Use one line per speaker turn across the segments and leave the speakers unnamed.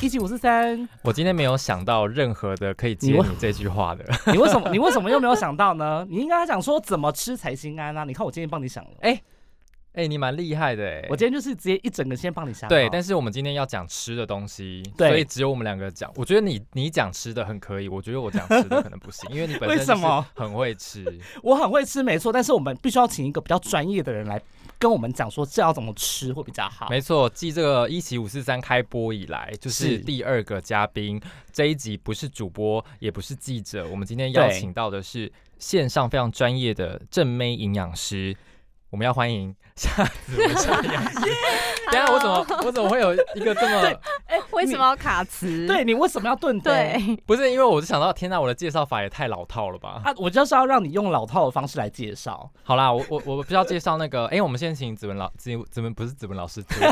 一起五四三。
我今天没有想到任何的可以接
你为
你这句话的。
你为什 么？你为什么又没有想到呢？你应该讲说怎么吃才心安啊！你看我今天帮你想了，哎、
哎、你蛮厉害的哎、
我今天就是直接一整个先帮你想好。
啊
对，但是我们今天要讲吃的东西，
对
所以只有我们两个讲。我觉得你你讲吃的很可以，我觉得我讲吃的可能不行，因为你本
为
身
什
就是
么
很会吃。
我很会吃，没错，但是我们必须要请一个比较专业的人来跟我们讲说这要怎么吃会比较好。
没错，继这个一期五四三开播以来，就是
是
第二个嘉宾。这一集不是主播，也不是记者，我们今天邀
对
请到的是线上非常专业的正妹营养师。我们要欢迎夏子文夏营养师。等一下我怎么我怎么会有一个这么
为什么要卡 词？
对你为什么要顿顿？
对，
不是？因为我就想到，天呐，我的介绍法也太老套了 吧！
啊，我就是要让你用老套的方式来介绍。
好啦，我我我不是要介绍那个，哎、 我们先请子文老子子文不是子文老师，子文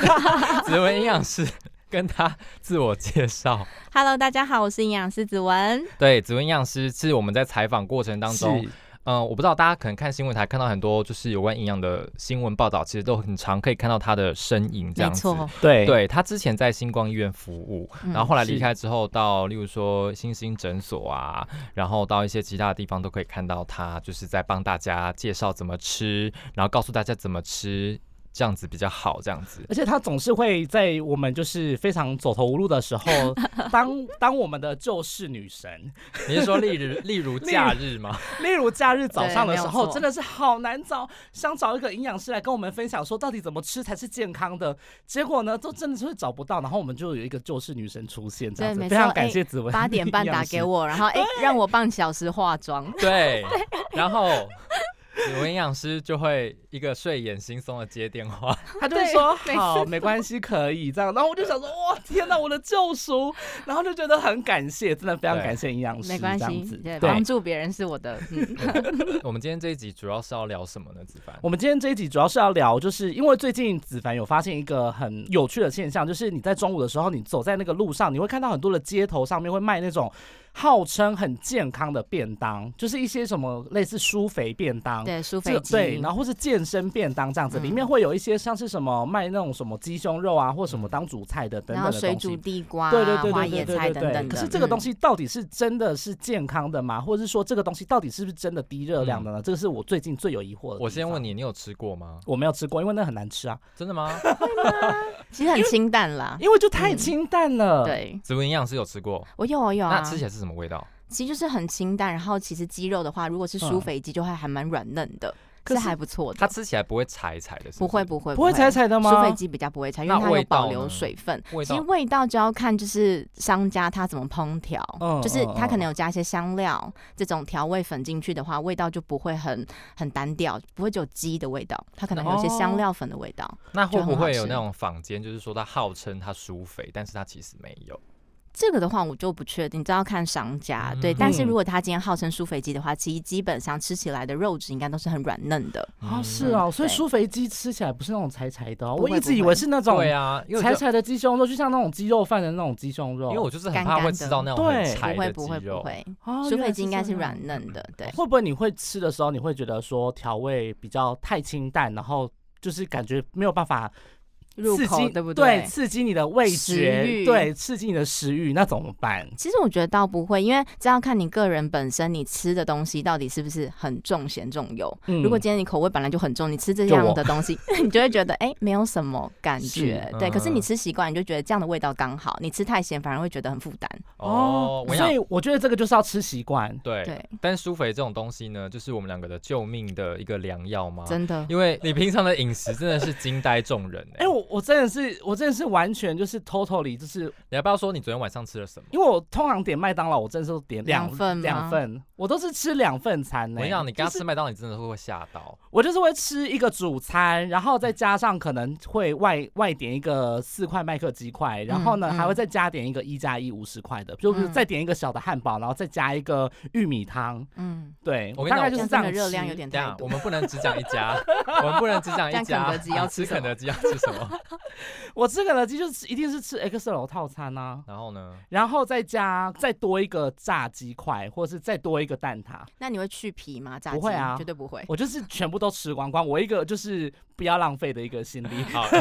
子文营养师跟他自我介绍。
Hello，大家好，我是营养师子文。
对，子文营养师是我们在采访过程当中，嗯、我不知道大家可能看新闻台看到很多就是有关营养的新闻报道，其实都很常可以看到他的身影这
没
样子。
错，
对
对他之前在星光医院服务，
嗯
然后后来
是
离开之后到，例如说星星诊所啊，然后到一些其他的地方都可以看到他，就是在帮大家介绍怎么吃，然后告诉大家怎么吃，这样子比较好，这样子。
而且他总是会在我们就是非常走投无路的时候，当当我们的救世女神。
你是说例 如例如假日吗？
例如假日早上的时候，
对没有错
真的是好难找，想找一个营养师来跟我们分享说到底怎么吃才是健康的。结果呢，都真的是会找不到，然后我们就有一个救世女神出现，这样子
对没
非常
错
感
哎
谢子文。
八点半打给，我， 然后哎、让我半小时化妆。
对，然后。子文营养师就会一个睡眼惺忪的接电话，
他就会
对
说
没
好，没关系，可以这样。然后我就想说，哇，天哪，我的救赎！然后就觉得很感谢，真的非常
对
感谢营养师，
没关
这
系
样子，
对，
对
帮助别人是我的，嗯，
我们今天这一集主要是要聊什么呢？子凡，
我们今天这一集主要是要聊，就是因为最近子凡有发现一个很有趣的现象，就是你在中午的时候，你走在那个路上，你会看到很多的街头上面会卖那种号称很健康的便当，就是一些什么类似舒肥便当。
对，舒
这
肥
个
机，
对，然后或是健身便当这样子，
嗯
里面会有一些像是什么卖那种什么鸡胸肉啊，或什么当主菜的等
然
等
后
的
水
东
煮
西。
地瓜、
对对对
花
对对
椰
对
菜
对
等等
对。
的。
可是这个东
西，
西到底是真的是健康的吗？或者是说这个东西到底是不是真的低热量的
嗯
呢？这个是我最近最有疑惑的。
我先
你。
问你，你有吃过吗？
我没有吃过，因为那很难吃啊，
真的 吗？
嗯其实很清淡啦。
因为就太清淡了。，
啊嗯对，
子文营养师有吃过，
我有我有啊
那。吃起来是什么味道？
其实就是很清淡，然后其实鸡肉的话，如果是舒肥鸡，就会还蛮软嫩的，
嗯可
是
是
还不错
它
的。
吃起来不会柴柴的是
不
不
会
是，
不会
不会踩踩的吗？
苏菲鸡比较不会拆，因为
那
它
味
有保
道呢
留水分。
味
其实
道
味道就要看就是商家他怎么烹调，
嗯
就是
嗯
他可
嗯
能有加一些香料这种调味粉进去的话，味道就不会很很单调，不会只有鸡的味道，它可能有一些
哦
香料粉的味道。
那会不
就很好
会有
吃
那种坊间，就是说它号称它舒肥，但是它其实没有？
这个的话我就不确定，这要看商家。
嗯
对，但是如果他今天号称舒肥鸡的话，其实基本上吃起来的肉质应该都是很软嫩的。
啊，
嗯
是哦，所以
对
酥肥鸡吃起来不是那种柴柴的哦，
不
我
会
一直以为是那种
对啊，因为我
柴
就
柴的鸡胸肉，就像那种鸡肉饭的那种鸡胸肉。
因为我就是很
干
怕会
干
吃
的
到那种很
对
柴
不会
的
不会
鸡
不
肉。嗯
会，
哦
舒肥鸡应该是。软
原来这样
嫩的，对。
会不会你会吃的时候，你会觉得说调味比较太清淡，然后就是感觉没有办法
入
刺
口
激，
对不
对，刺激你的味
食
觉，
欲
对，刺激你的食欲，那怎么办？
其实我觉得倒不会，因为这要看你个人本身你吃的东西到底是不是很重咸重油。
嗯
如果今天你口味本来就很重，你吃这
就
样
我
的东西， 你就会觉得哎、没有什么感觉。
是
对，
嗯
可是你吃习惯，你就觉得这样的味道刚好。你吃太咸反而会觉得很负担。
哦，我
所
想
以我觉得这个就是要吃习惯。
对，
对，
但舒肥这种东西呢，就是我们两个的救命的一个良药嘛。
真的。
啊因为你平常的饮食真的是惊呆众 人
哎、
哎，
我我真的是，我真的是完全就是 totally
欸
就是，
你要不要说你昨天晚上吃了什么？
因为我通常点麦当劳，我真的是点
两份吗
两份，我都是吃两份餐呢、
我跟你讲，你刚
就
刚
是
吃麦当劳，你真的是会吓到。
我就是会吃一个主餐，然后再加上可能会外外点一个四块麦克鸡块，然后呢、
嗯
还会再加点一个一加一五十块的，就是
嗯
再点一个小的汉堡，然后再加一个玉米汤。
嗯，
对，
我跟你
大
讲
概
这
就是
样
这
真
样
的
吃。
热量有点
这
太
样，我
多。
们不能只讲一 家，我们不能只讲一
这样
家。
肯德基要
你
吃
吃
什么
肯德基要吃什 么？
我吃肯德基就是一定是吃 XL 套餐啊，
然后呢？
然后再加再多一个炸鸡块，或者是再多一个蛋挞，
那你会去皮吗？炸鸡
不会啊
绝对不会。
我就是全部都吃光光。我一个就是不要浪费的一个心 理。
好，营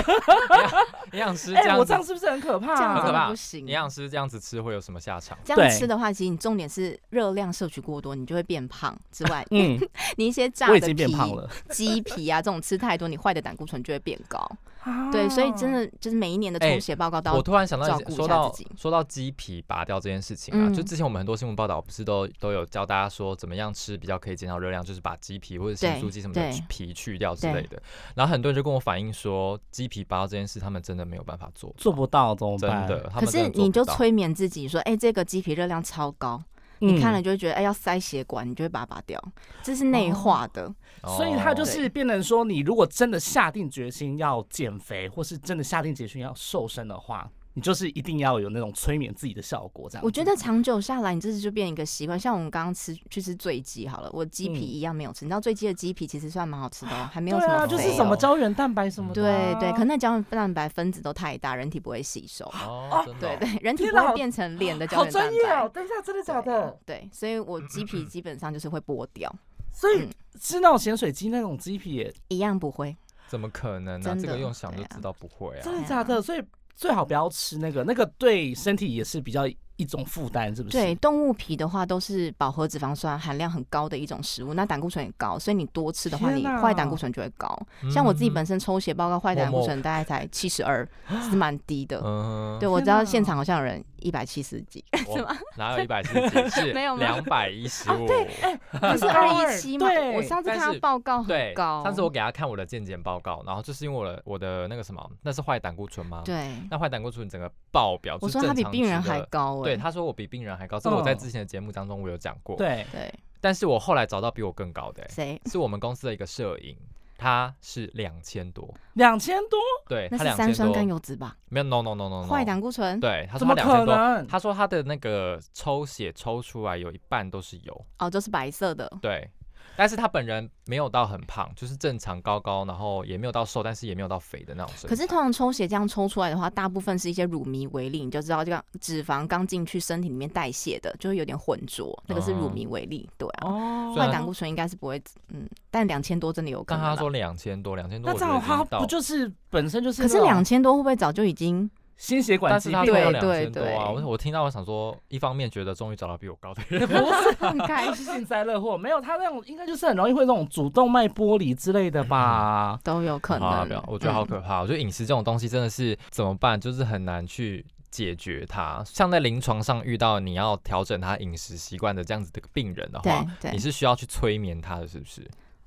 养营养师
哎、
这样
我这样
子，
是不是很可怕、啊
这样
很
真
可
的
怕
不行
营。养师这样子吃会有什么下场？
这
对，
样吃的话，其实你重点是热量摄取过多，你就会变胖。之外
嗯，
你一些炸
我
的
已经变
皮
胖 了。
鸡皮啊这种吃太多，你坏的胆固醇就会变高。
啊
对，所以真
哦
的就是每一年的抽
哎
血报告都
我
要
突然想到
照
一件，
顾一
说
下
到
自己
说到鸡皮拔掉这件事情啊，
嗯
就之前我们很多新闻报道不是都都有教大家说怎么样吃比较可以减少热量，就是把鸡皮或者
对
咸酥鸡什么的
对
皮去掉之
对
类的。然后很多人就跟我反映说，鸡皮拔掉这件事他们真的没有办法做，
做不到怎么
真
办？
的。他
可
们真
是
的做
你
不
就
到
催眠自己说，哎、这个鸡皮热量超高，
嗯哦
你看了就会觉得，哎、要塞血管，你就会把它拔掉，这是内化的。
所以他就
哦
是变成说，你如果真的下定决心要减肥，或是真的下定决心要瘦身的话，你就是一定要有那种催眠自己的效果。这样子，
我觉得长久下来，你这是就变一个习惯。像我们刚刚吃去吃醉鸡好了，我鸡皮
嗯
一样没有吃，你知道醉鸡的鸡皮其实算蛮好吃的、哦，还没有
对
什么
啊，
肥、
就
肥
是
哦
什么胶原蛋白什么的
对
啊、
对，可那胶原蛋白分子都太大，人体不会吸收。
哦，真的
对
哦
对，人体
天
不
哪
会变成脸的胶
好
原蛋
专
白。
业哦！等一下，真的假的？
对，所以我鸡皮基本上就是会剥掉，
所以吃那种咸水鸡那种鸡皮也，
一样不会。
怎么可能呢、
真
这个
的
用想就
对啊
知道不会啊。
真的假的？所以最好不要吃那个，那个对身体也是比较一种负担，是不是？
对，，动物皮的话都是饱和脂肪酸含量很高的一种食物，那胆固醇也高，所以你多吃的话，
天
你
哪
坏胆固醇就会高。
嗯
像我自己本身抽血报告坏胆
某
固
某
醇大概才七十二，其实蛮低的。
嗯，
对，我知
天
道
哪
现场好像有人一百七十 几，
我哪有一百四十几？是
没有吗
两百一十五。
啊哎不是二一七嘛？
对
我上次
哎但
看他
是
报告
对
哦很，高，
上次我给他看我的健检报告，然后就是因为我的我的那个什么，那是坏胆固醇吗？，
对，
那坏胆固醇整个爆表，
我
就是
说他
正
比
常
病人
值的
还。高哎、
对，他说我比病人还高，这个我在之前的节目当中我有讲过。，
对，
对，
但是我后来找到比我更高的、欸
谁？
是我们公司的一个摄影，他是两千多，
两千多，
对
那
他
是
两
三
千
酸甘
多，
油脂吧？
没有 no no no no，no
坏胆固醇
对，他
怎
说他
么
两千
可
多，
能？
他说他的那个抽血抽出来有一半都是油，
哦，就是白色的。
对，但是他本人没有到很胖，就是正常高高，然后也没有到瘦，但是也没有到肥的那种身材。
可是通常抽血这样抽出来的话，大部分是一些乳糜为例，你就知道这个脂肪刚进去身体里面代谢的，就会有点浑浊，那个是
哦
乳糜为例。对啊，
哦，
虽
坏
然
胆固醇应该是不会，嗯，但两千多真的有可
刚
能啊
刚
啦。
他说两千多，两千多，
那
我
这
觉得已
样他
经
不
到。
就是本身就是
可是
哦
那种
两千多会不会早就 已经？
心血管
但
疾
是
病
他
对
说
啊
有两千多啊！
对
我
对
我听到我想说，一方面觉得终于找到比我高的人，
不是
很开心
幸灾乐祸，没有他那种应该就是很容易会那种主动脉剥离之类的吧？
都有可能。嗯
啊不要，我觉得好可怕。我觉得饮食这种东西真的是怎么办，就是很难去解决它。像在临床上遇到你要调整他饮食习惯的这样子的病人的话
嗯。，对
你
对，
是需要去催眠他的，是不是？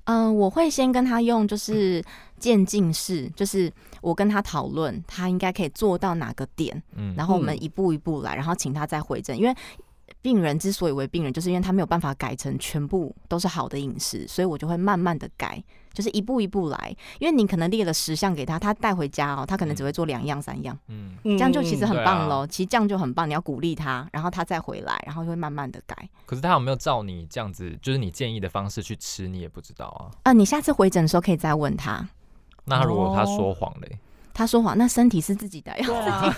嗯、我会先跟他用就是渐进式，就是我跟他讨论他应该可以做到哪个点，
嗯，
然后我
嗯
们一步一步来，然后请他再回正，因为。病人之所以为病人，就是因为他没有办法改成全部都是好的饮食，所以我就会慢慢的改，就是一步一步来。因为你可能列了十项给他，他带回家哦，他可能只会做两样、三样，
嗯，
这
这样就其实很
对啊
棒喽。其实这样就很棒，你要鼓励他，然后他再回来，然后就会慢慢的改。
可是他有没有照你这样子，就是你建议的方式去吃，你也不知道啊。
啊，你下次回诊的时候可以再问他，
那如果他说谎嘞？
哦
他说谎，那身体是自己的，
对啊，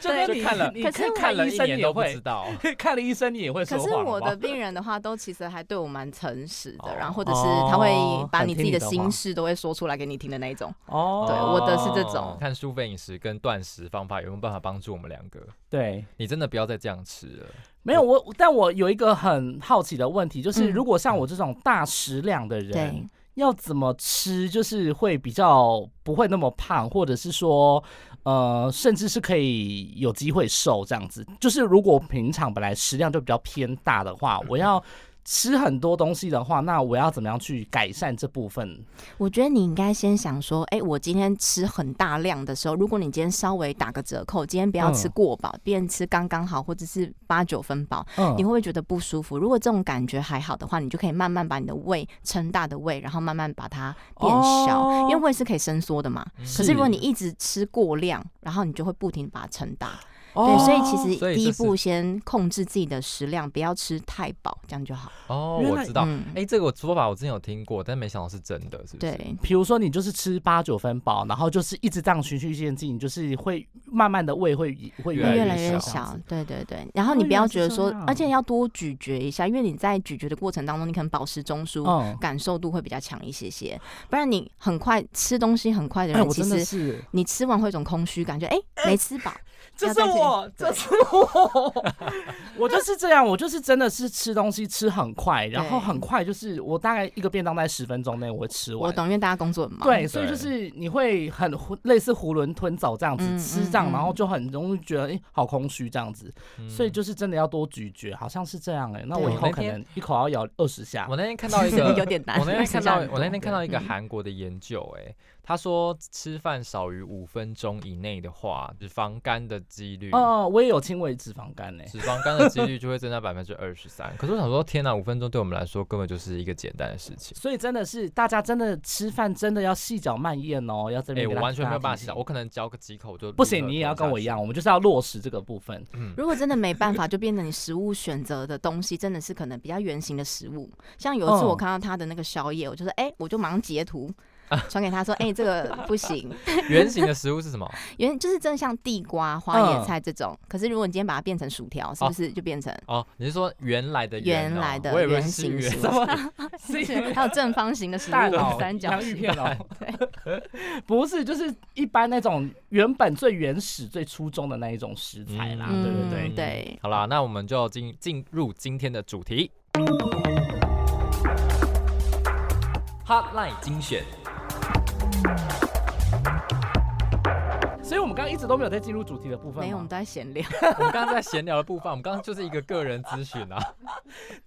就
对
跟你
看了
你
可
看
是我
看了
一
医生
年
也
都不知
会，
道。
看了医生你也会
可
说
是
谎
我
吧
的病人的话，都其实还对我蛮诚实的，
哦
然后或者是他会把你自己的
哦很听你的话
心事都会说出来给你听的那一种。
哦，
对我的是这种
看舒肺饮食跟断食方法有没有办法帮助我们两个？
对。
你真的不要再这样吃了。
没有我，但我有一个很好奇的问题，就是
嗯
如果像我这种大食量的人，
对，
要怎么吃，就是会比较不会那么胖，或者是说，呃，甚至是可以有机会瘦这样子。就是如果平常本来食量就比较偏大的话，我要吃很多东西的话，那我要怎么样去改善这部分？
我觉得你应该先想说，哎、我今天吃很大量的时候，如果你今天稍微打个折扣，今天不要吃
嗯
过饱，变吃刚刚好，或者是八九分饱，
嗯
你会不会觉得不舒服？如果这种感觉还好的话，你就可以慢慢把你的胃撑大的胃，然后慢慢把它变小，
哦
因为胃是可以伸缩的嘛。可
可
是如果你一直吃过量，然后你就会不停地把它撑大。
哦
对，所以其
所
实
以
第一
就是
步先控制自己的食量，不要吃太饱，这样就好。
哦，
原
我
来
知道。
嗯
哎、这个说法我之前有听过，但没想到是真的，是不是？
对，
比如说你就是吃八九分饱，然后就是一直这样循序渐进，你就是会慢慢的胃会会
越
会
来
越来
越
越
小
小，对对对。然后
哦
你不
原来
要
是
觉得
这
说，
样
而且要多咀嚼一下，因为你在咀嚼的过程当中，你可能饱食中
哦
枢。
嗯，
感受度会比较强一些些，不然你很快吃东西很快的
哎、
人，
我
其
真的
实
是，
你吃完会有一种空虚感觉，哎、没吃 饱。
这
要
是
再吃
我，
对
这是我，我就是这样，我就是真的是吃东西吃很快，然后
对
很快就是我大概一个便当在十分钟内我会吃完。
我懂，因为大家工作很忙。
对，所以就
对
是你会很囫类似囫囵吞枣这样子
嗯
吃
嗯
这样，然后
嗯
就很容易觉得哎、好空虚这样子，
嗯
所以就是真的要多咀嚼，好像是这样哎、那
对
我以
我
后
那
可
天
能一口要咬二十下
我。那天看 到一个，
有点难。
我那天看到， 我那天看到一个
嗯
韩国的研究、哎，他说吃饭少于五分钟以内的话，脂肪肝的几率，
哦、我也有轻微脂肪肝哎、
脂肪肝的几率就会增加百分之二十三。可是我想说，天哪，五分钟对我们来说根本就是一个简单的事情。
所以真的是大家真的吃饭真的要细嚼慢咽哦，要这
哎、
边
我
给大家、
完全没有办法
提
洗
醒
澡，我可能嚼个几口就
不
立
行，
刻
你也要
吞下
跟我一
去嗯
样，我们就是要落实这个部 分。
如果真的没办法，就变成你食物选择的东西真的是可能比较圆形的食物。像有一
嗯
次
哦
我看到他的那个宵夜，我就说，哎、我就马上 截图传给他说，哎、这个不行。
圆形的食物是什么？
原就是真的像地瓜、花椰菜这种，可是如果你今天把它变成薯条，是不是就变 成？
哦，你是说原来的
原
哦
来的
我以为
圆
是
形
圆
食物， 还有正方形的食
大
物，
脑
三角
洋芋
形
片哦，
对，
不是，就是一般那种原本最原始、最初衷的那一种食材啦，
嗯
对不对
嗯？对
好啦，那我们就进进入今天的主题。Hotline 精选，
所以我们刚刚一直都没有在进入主题的部分吗。
嗯没有，我们都在闲聊。
我们刚刚在闲聊的部分，我们刚刚就是一个个人咨询啊。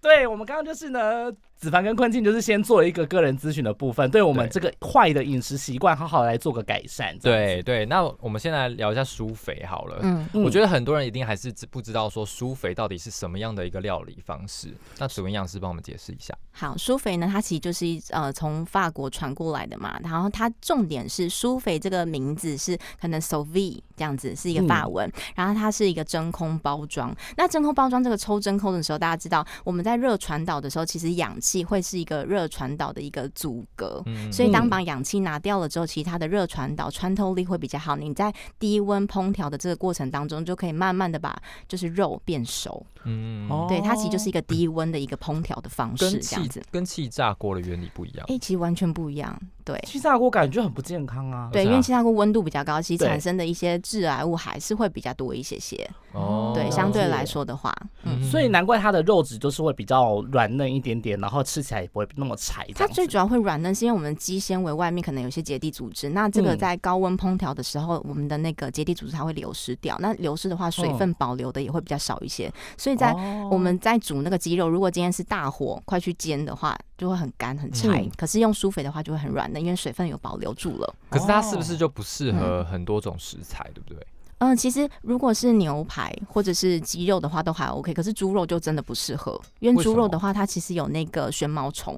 对，我们刚刚就是呢，子凡跟坤庆就是先做一个个人咨询的部分，对我们
对
这个坏的饮食习惯，好好来做个改善。这样
对对，那我们先来聊一下舒肥好了。
嗯，
嗯
我觉得很多人一定还是知不知道说舒肥到底是什么样的一个料理方式。那请问营养师帮我们解释一下。
好，舒肥呢，它其实就是一呃从法国传过来的嘛，然后它重点是舒肥这个名字是可能 s o v i 这样子是一个法文，然后它是一个真空包装。那真空包装这个抽真空的时候，大家知道我们在热传导的时候，其实氧气会是一个热传导的一个阻隔。
嗯
哦所以当把氧气拿掉了之后，其实它的热传导穿透力会比较好。你在低温烹调的这个过程当中，就可以慢慢的把就是肉变熟。
嗯
哦
对，它其实就是一个低温的一个烹调的方式，
跟
这样
气
子。
跟气炸锅的原理不一样
哎、。其实完全不一样，对。
气炸锅感觉很不健康啊。
对，
是
因
啊
为气炸锅温度比较高，其实
对
产生的一些致癌物还是会比较多一些些。
哦
对，
了
相对
解
来说的话，嗯，
所以难怪它的肉质就是会比较软嫩一点点，然后吃起来也不会那么柴。这
它
样子
最主要会软嫩，是因为我们肌纤维外面可能有些结缔组织，那这个
嗯
在高温烹调的时候，我们的那个结缔组织它会流失掉。那流失的话，水
嗯哦
分保留的也会比较少一些，所以在我们在煮那个鸡肉，如果今天是大火快去煎的话，就会很干很柴。
嗯
可是用苏肥的话，就会很软嫩，因为水分有保留住了。
可是它是不是就不适
哦
合很多种食材，对不对？
嗯、其实如果是牛排或者是鸡肉的话，都还 OK。可是猪肉就真的不适合，因
为
为
什
猪肉
么
的话，它其实有那个旋毛虫，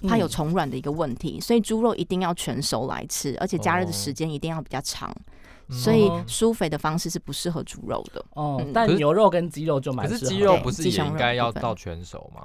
嗯
它有虫卵的一个问题，所以猪肉一定要全熟来吃，而且加热
哦
的时间一定要比较长。
嗯
所以疏肥的方式是不适合猪肉的。
哦
嗯，
但
可是
牛肉跟鸡肉就蛮
可
适
是
合的。
鸡肉
对
不是
鸡
也
胸
应
肉
该
的
要
部分
到全熟吗？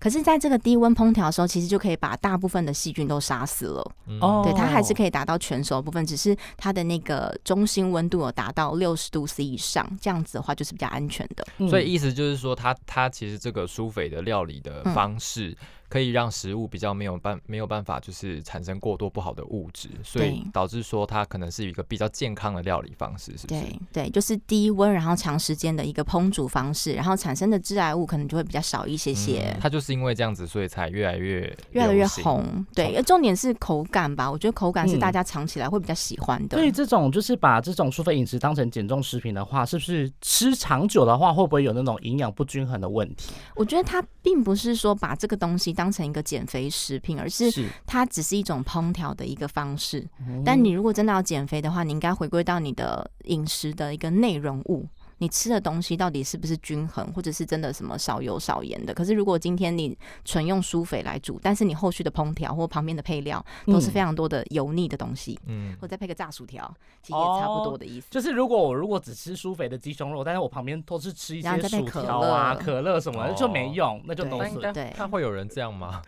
可是，在这个低温烹调的时候，其实就可以把大部分的细菌都杀死了。
嗯
哦
对，它还是可以达到全熟的部分，只是它的那个中心温度有达到六十度 C 以上，这样子的话就是比较安全的。
嗯
嗯
所以意思就是说它，它其实这个苏菲的料理的方式，可以让食物比较没有办没有办法就是产生过多不好的物质，所以
对
导致说它可能是一个比较健康的料理方式，是不是？
对对，就是低温，然后长时间的一个烹煮方式，然后产生的致癌物可能就会比较少一些些
嗯，它就是因为这样子，所以才越来越
越来越
流行。
红。对，呃重点是口感吧，我觉得口感是
嗯
大家尝起来会比较喜欢的。
对于这种就是把这种蔬菜饮食当成减重食品的话，是不是吃长久的话，会不会有那种营养不均衡的问题？
我觉得它并不是说把这个东西当成一个减肥食品，而是
是，
它只是一种烹调的一个方式。但你如果真的要减肥的话，你应该回归到你的饮食的一个内容物。你吃的东西到底是不是均衡，或者是真的什么少油少盐的？可是如果今天你纯用苏肥来煮，但是你后续的烹调或旁边的配料
嗯
都是非常多的油腻的东西，
嗯，
或再配个炸薯条，其实也差不多的意思。
就是如果我如果只吃舒肥的鸡胸肉，但是我旁边都是吃一
然
些
后再
薯
配可
条啊、
乐
可乐什么的，
哦
就没用，那就
对
都
那
那
应
是
应该
该对
那会有人这样吗？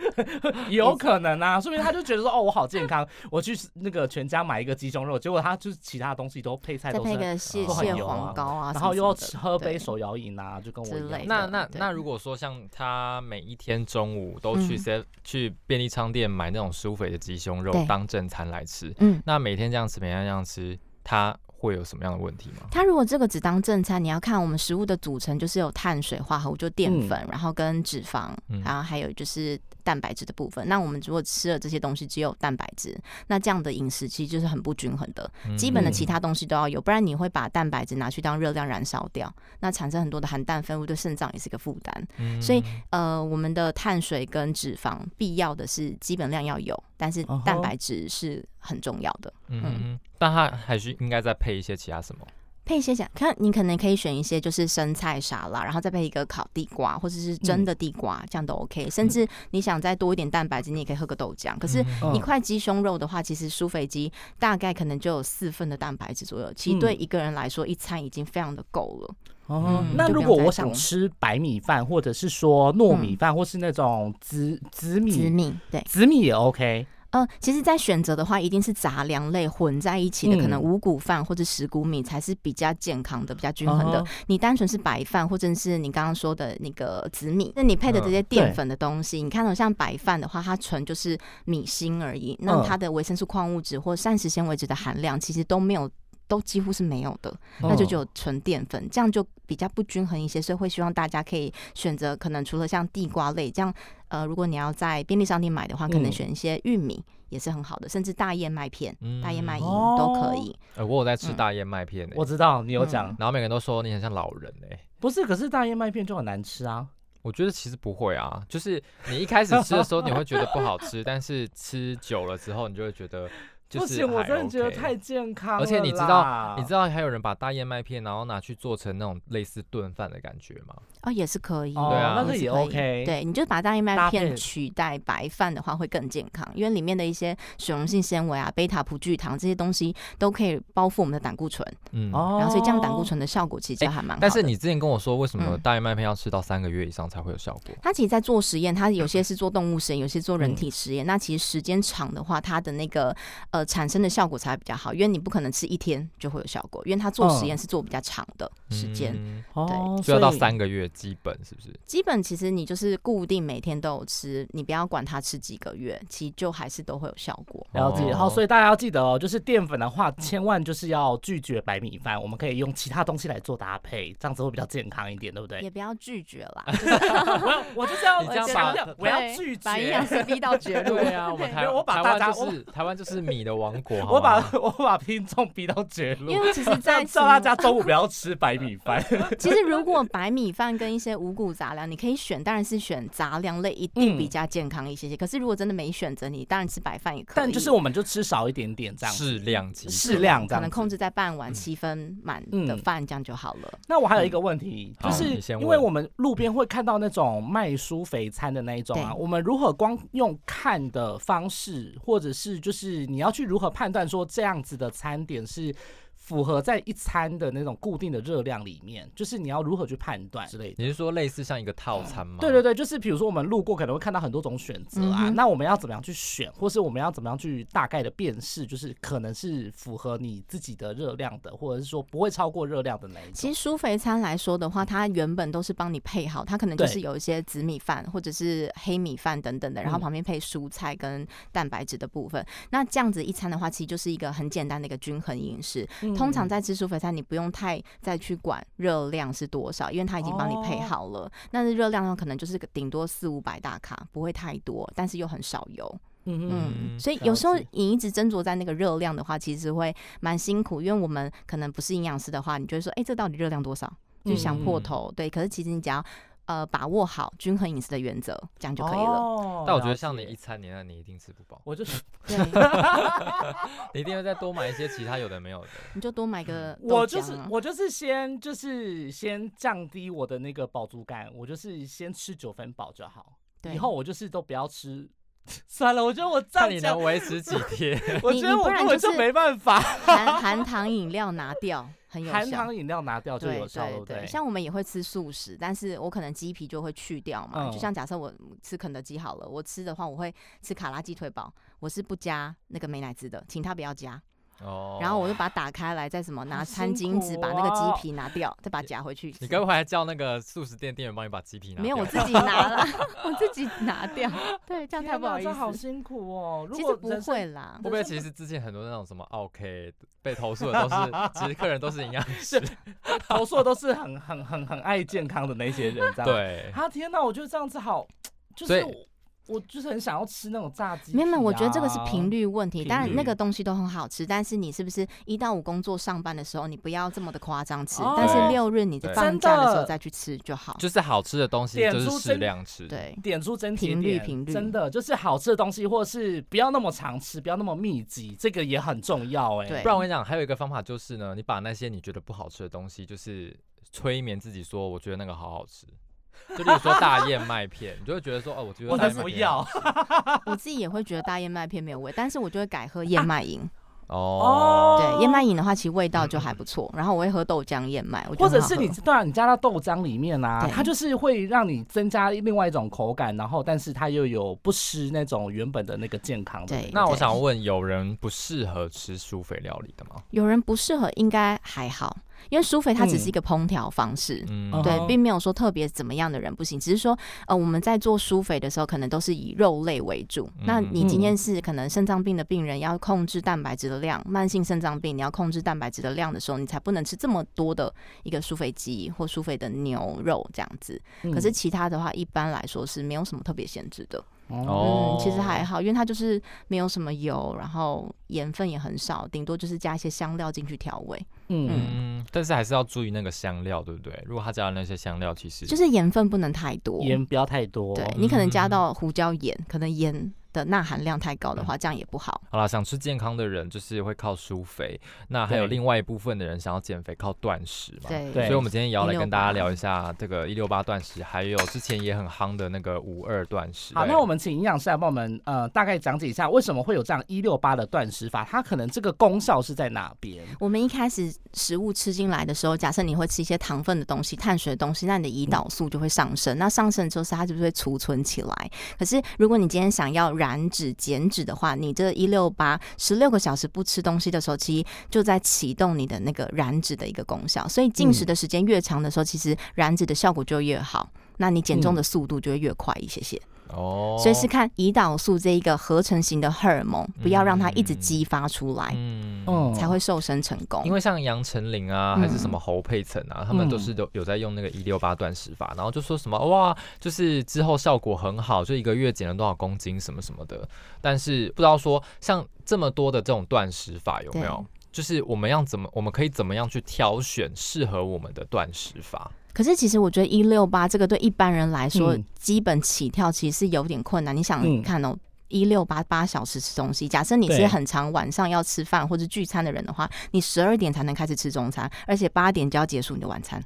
也有可能啊，说明他就觉得说，哦，我好健康，我去那个全家买一个鸡胸肉，结果他就是其他东西都配菜
再
都
配
是，
个蟹
都很
蟹
油啊
黄膏啊，
然后又要吃
吃
喝杯手摇饮啊，就跟我一
之类
样。
的
那那
对
那如果说像他每一天中午都去
嗯
C、去便利商店买那种舒肥的鸡胸肉
对
当正餐来吃，
嗯，
那每天这样吃，每天这样吃，它会有什么样的问题吗？
它如果这个只当正餐，你要看我们食物的组成，就是有碳水化合物，就淀
嗯
粉，然后跟脂肪，
嗯
然后还有就是蛋白质的部分。那我们如果吃了这些东西只有蛋白质，那这样的饮食其实就是很不均衡的。
嗯
基本的其他东西都要有，不然你会把蛋白质拿去当热量燃烧掉，那产生很多的含氮废物，对肾脏也是一个负担。
嗯
所以呃，我们的碳水跟脂肪必要的是基本量要有，但是
嗯哼
蛋白质是很重要的。
嗯嗯嗯但它还是应该再配一些其他什么？
配一些想看，你可能可以选一些就是生菜沙拉，然后再配一个烤地瓜或者是
嗯
蒸的地瓜，这样都 OK。甚至你想再多一点蛋白质，你也可以喝个豆浆。可是
嗯
嗯
一块鸡胸肉的话，其实苏肥鸡大概可能就有四份的蛋白质左右，其实
嗯
对一个人来说，一餐已经非常的够了。
哦，
嗯
那
就
如
不
果
用再
我
上
想
网
吃白米饭，或者是说糯米饭，或是那种紫紫
嗯紫
米，
米对，
紫米也 OK。
呃，其实，在选择的话，一定是杂粮类混在一起的，
嗯
可能五谷饭或者十谷米才是比较健康的、比较均衡的。
嗯哼
你单纯是白饭，或者是你刚刚说的那个紫米，那你配的这
嗯
些淀粉的东西，你看到像白饭的话，它纯就是米芯而已，那
嗯
它的维生素、矿物质或膳食纤维质的含量其实都没有。都几乎是没有的，那就只
嗯
有纯淀粉，这样就比较不均衡一些，所以会希望大家可以选择可能除了像地瓜类这样，呃，如果你要在便利商店买的话，可能
嗯
选一些玉米也是很好的，甚至大燕麦片、
嗯
大燕麦饮
哦
都可以。
呃，我有在吃
嗯
大燕麦片呢、
我知道你有讲
嗯，
然后每个人都说你很像老人呢、
不是，可是大燕麦片就很难吃啊。
我觉得其实不会啊，就是你一开始吃的时候你会觉得不好吃， 但是吃久了之后你就会觉得就
不
是
行，我
还
真的觉得
OK
太健康了啦。
而且你知道，你知道还有人把大燕麦片，然后拿去做成那种类似炖饭的感觉吗？
哦，也是可以，
哦
对啊
那
也
个
是
也
可以
OK。
对，你就把大燕麦
搭
片
配
取代白饭的话，会更健康，因为里面的一些水溶性纤维啊、贝塔葡聚糖这些东西都可以包覆我们的胆固醇，
嗯，
哦，
然后所以这样胆固醇的效果其实就
哎
还蛮好的。
但是你之前跟我说，为什么
嗯
大燕麦片要吃到三个月以上才会有效果？
它其实，在做实验，它有些是做动物实验，有些做人体实
嗯
验。那其实时间长的话，它的那个呃产生的效果才比较好，因为你不可能吃一天就会有效果，因为它做实
嗯
验是做比较长的时间。
嗯
哦，
就要到
所以
三个月，基本是不是？
基本其实你就是固定每天都有吃，你不要管它吃几个月，其实就还是都会有效果。
了解，
哦
然后所以大家要记得哦，就是淀粉的话，千万就是要拒绝白米饭，我们可以用其他东西来做搭配，这样子会比较健康一点，对不对
也？不要拒绝啦，
我要我就是要
你这样
强调
把，
我要
对
拒
把营养
绝。
师逼到绝 路。
对啊，我们台
没有我把
台
大
湾
家
就是台湾就是米的王 国，好
我把
吗
我把听众逼到绝路
因，为其实，
这
在
样
什
叫大
么
家中午不要吃白米饭。
其实如果白米饭跟一些五谷杂粮，你可以选，当然是选杂粮类，一定比较健康一些些。可是如果真的没选择，你当然吃白饭也可 以，
但就是我们就吃少一点点这样子，
适量级
适量这
可能
样
控
子。
制在半
嗯
碗七分满的饭，这样就好了。
那我还有一个问题，
嗯
就
好
是
你先
因为
问
我们路边会看到那种卖蔬肥餐的那一种啊，
对
我们如何光用看的方式，或者是就是你要去如何判断说这样子的餐点是符合在一餐的那种固定的热量里面，就是你要如何去判断之类的。
你是说类似像一个套餐吗？
对对对，就是比如说我们路过可能会看到很多种选择啊，
嗯哼
那我们要怎么样去选，或是我们要怎么样去大概的辨识，就是可能是符合你自己的热量的，或者是说不会超过热量的那一种
其。实蔬肥餐来说的话，它原本都是帮你配好，它可能就
对
是有一些紫米饭或者是黑米饭等等的，然后
嗯
旁边配蔬菜跟蛋白质的部分。那这样子一餐的话，其实就是一个很简单的一个均衡饮食。通
嗯
常在吃蔬肥餐，你不用太再去管热量是多少，因为它已经帮你
哦
配好了。但是热量的话，可能就是顶多四五百大卡，不会太多，但是又很少油。
嗯哼
嗯，
嗯
所以
了
有时候
解
你一直斟酌在那个热量的话，其实会蛮辛苦，因为我们可能不是营养师的话，你就会说，哎、这到底热量多少？就想破
嗯
头。对，可是其实你只要呃把握好均衡饮食的原则，这样就可以了。
哦
但我觉得像你
了解
一餐，你那你一定吃不饱，
我 就是
对，
你一定要再多买一些其他有的没有的。
你就多买个
我
豆
就是
浆啊
我就是先就是先降低我的那个饱足感，我就是先吃九分饱就好。
对
以后我就是都不要吃。 算了，我觉得我这
看
样
你
讲
能，维持几 天？
我
你
觉
你
得我
不然
根本
就
就是没办法。
含含糖饮料拿掉，很有
含
效。
糖饮料拿掉哦就
对
有效，对不对？
像我们也会吃素食，但是我可能鸡皮就会去掉嘛。
嗯
就像假设我吃肯德基好了，我吃的话我会吃卡拉鸡腿堡，我是不加那个美乃滋的，请他不要加。
哦
然后我就把它打开来，再什么拿
好
餐
辛
巾纸
苦
把那个
哦
鸡皮拿掉，再把它夹回去吃。
你该不会还叫那个素食店店员帮你把鸡皮拿掉？
没有，我自己拿 了，我自己拿掉。对，这样
天
太不
哪
好意
这好
思。
辛苦哦。如
其
果
实不
人生
会啦
会，不会其实之前很多那种什么 OK 被投诉的都 是，其实客人都是营养师。
投诉的都是很很很很爱健康的那些人，这 样。
对，
啊天哪，我觉得这样子好，就
所以
是我我就是很想要吃那种炸鸡、啊
没有没有，我觉得这嗯个是频。率问题。
频
当然那
率
个东西都很好吃，但是你是不是一到五工作上班的时候，你不要这么的夸张吃，
哦
但是六日你
对
放
真
假的时候
的
再去吃就好。
就是好吃的东西
点
就是
出
适
真
量吃。，
对，
点出真节
频率
点
频率
真的就是好吃的东西，或是不要那么常吃，不要那么密集，这个也很重要哎、
对
不然我跟你讲，还有一个方法就是呢，你把那些你觉得不好吃的东西，就是催眠自己说，我觉得那个好好吃。就比如说大燕麦片，你就会觉得说，哦，我觉得
我
大
才
燕麦
不
片
要
我自己也会觉得大燕麦片没有味，但是我就会改喝燕麦饮。
哦，
对，燕麦饮的话，其实味道就还不错。然后我会喝豆浆燕麦，我觉
或
得
者
很
是
好
你
喝
对啊，你加到豆浆里面啊
对，
它就是会让你增加另外一种口感，然后但是它又有不失那种原本的那个健康的
对
那
那我想问，有人不适合吃舒肥料理的吗？
有人不适合，应该还好，因为苏菲它只是
嗯
一个烹调方式。
嗯，
哦
对，并没有说特别怎么样的人不行，只是说，呃，我们在做舒肥的时候，可能都是以肉类为主。
嗯
那你今天是可能肾脏病的病人，要控制蛋白质的量，慢性肾脏病你要控制蛋白质的量的时候，你才不能吃这么多的一个舒肥鸡或舒肥的牛肉这样子。
嗯
可是其他的话，一般来说是没有什么特别限制的。
哦，
哦
嗯，其实还好，因为它就是没有什么油，然后盐分也很少，顶多就是加一些香料进去调味。
嗯，
嗯，但是还是要注意那个香料，对不对？如果他加了那些香料，其实
就是盐分不能太多，
盐不要太多，
对你可能加
嗯
到胡椒盐，可能盐的钠含量太高的话，这样也不好。
好啦，想吃健康的人就是会靠舒肥，那还有
对
另外一部分的人想要减肥靠断食嘛。。
对
对
所以，我们今天也要来跟大家
168
聊一下这个一六八断食，还有之前也很夯的那个五二断食。
好，
对
那我们请营养师来帮我们呃大概讲解一下为什么会有这样一六八的断食法，它可能这个功效是在哪边？
我们一开始食物吃进来的时候，假设你会吃一些糖分的东西、碳水的东西，那你的胰岛素就会上升。那上升之后，它就会储存起来。可是，如果你今天想要燃脂、减脂的话，你这一六八十六个小时不吃东西的时候，其实就在启动你的那个燃脂的一个功效。所以，进食的时间越长的时候，其实燃脂的效果就越好。那你减重的速度就会越快一些些。
哦，
所以是看胰岛素这一个合成型的荷尔蒙，不要让它一直激发出来，
嗯
嗯，
才会瘦身成功
因。为像杨丞琳啊，
嗯
还是什么侯佩岑啊，他们都是有有在用那个一六八断食法，然后就说什么哇，就是之后效果很好，就一个月减了多少公斤什么什么的。但是不知道说像这么多的这种断食法有没有
对？
就是我们要怎么，我们可以怎么样去挑选适合我们的断食法？
可是其实我觉得一六八这个对一般人来说，
嗯
基本起跳其实是有点困难。你想看哦。一六八八小时吃东西，假设你
对
是很长晚上要吃饭或者聚餐的人的话，你十二点才能开始吃中餐，而且八点就要结束你的晚餐。